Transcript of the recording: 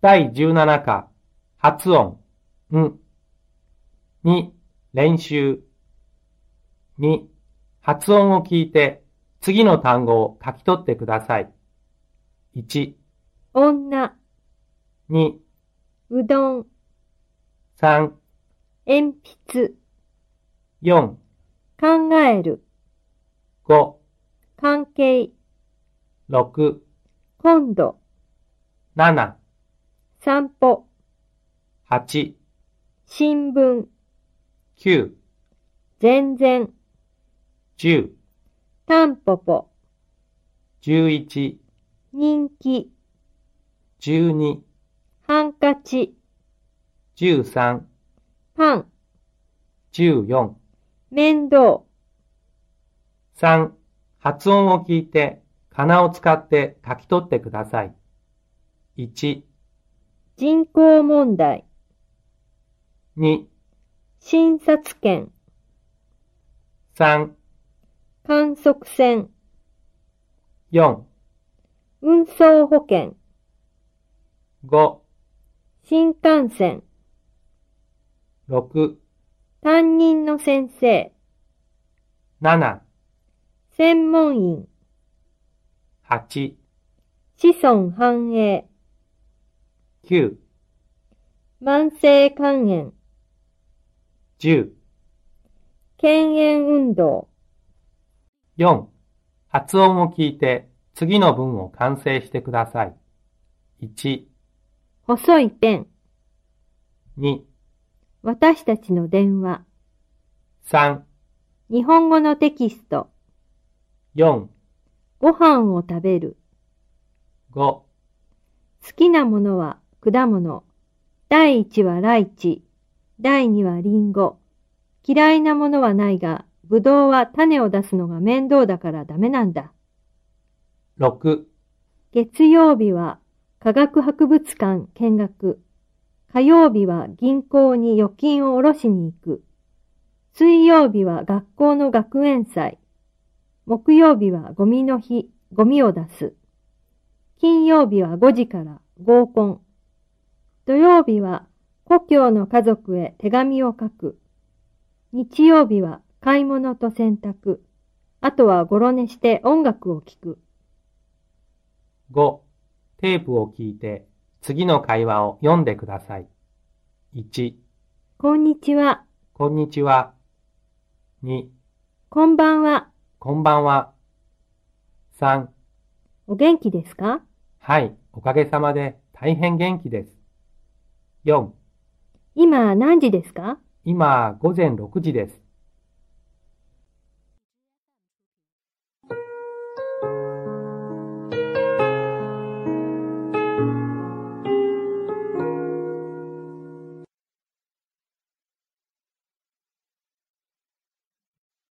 第17課、発音、ん。2、練習。2、発音を聞いて、次の単語を書き取ってください。1、女、 2、うどん、 3、鉛筆、 4、考える、 5、関係、 6、今度、 7、散歩、 8、新聞、 9、全然、 10、タンポポ、 11、人気、 12、ハンカチ、 13、パン、 14。面倒、 3、発音を聞いて、かなを使って書き取ってください。1、人口問題、 2、診察券、 3、観測船、 4、運送保険、 5、新幹線、 6、担任の先生、 7、専門員、 8、子孫繁栄、 9、慢性肝炎、 10、犬猿運動、 4、発音を聞いて、次の文を完成してください。1、細いペン、 2、私たちの電話、 3、日本語のテキスト、 4、ご飯を食べる、 5、好きなものは果物、第一はライチ、第二はリンゴ、嫌いなものはないが、ぶどうは種を出すのが面倒だからダメなんだ。 6、月曜日は科学博物館見学。火曜日は銀行に預金を下ろしに行く。水曜日は学校の学園祭。木曜日はゴミの日、ゴミを出す。金曜日は5時から合コン。土曜日は故郷の家族へ手紙を書く。日曜日は買い物と洗濯。あとはゴロ寝して音楽を聴く。 5、テープを聞いて、次の会話を読んでください。1、こんにちは。こんにちは。2、こんばんは。こんばんは。3、お元気ですかはい、おかげさまで大変元気です。4、今何時ですか今午前6時です。